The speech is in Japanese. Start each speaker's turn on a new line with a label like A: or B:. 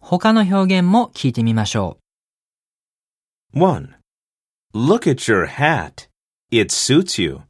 A: 他の表現も聞いてみましょ
B: 1. Look at your hat. It suits you.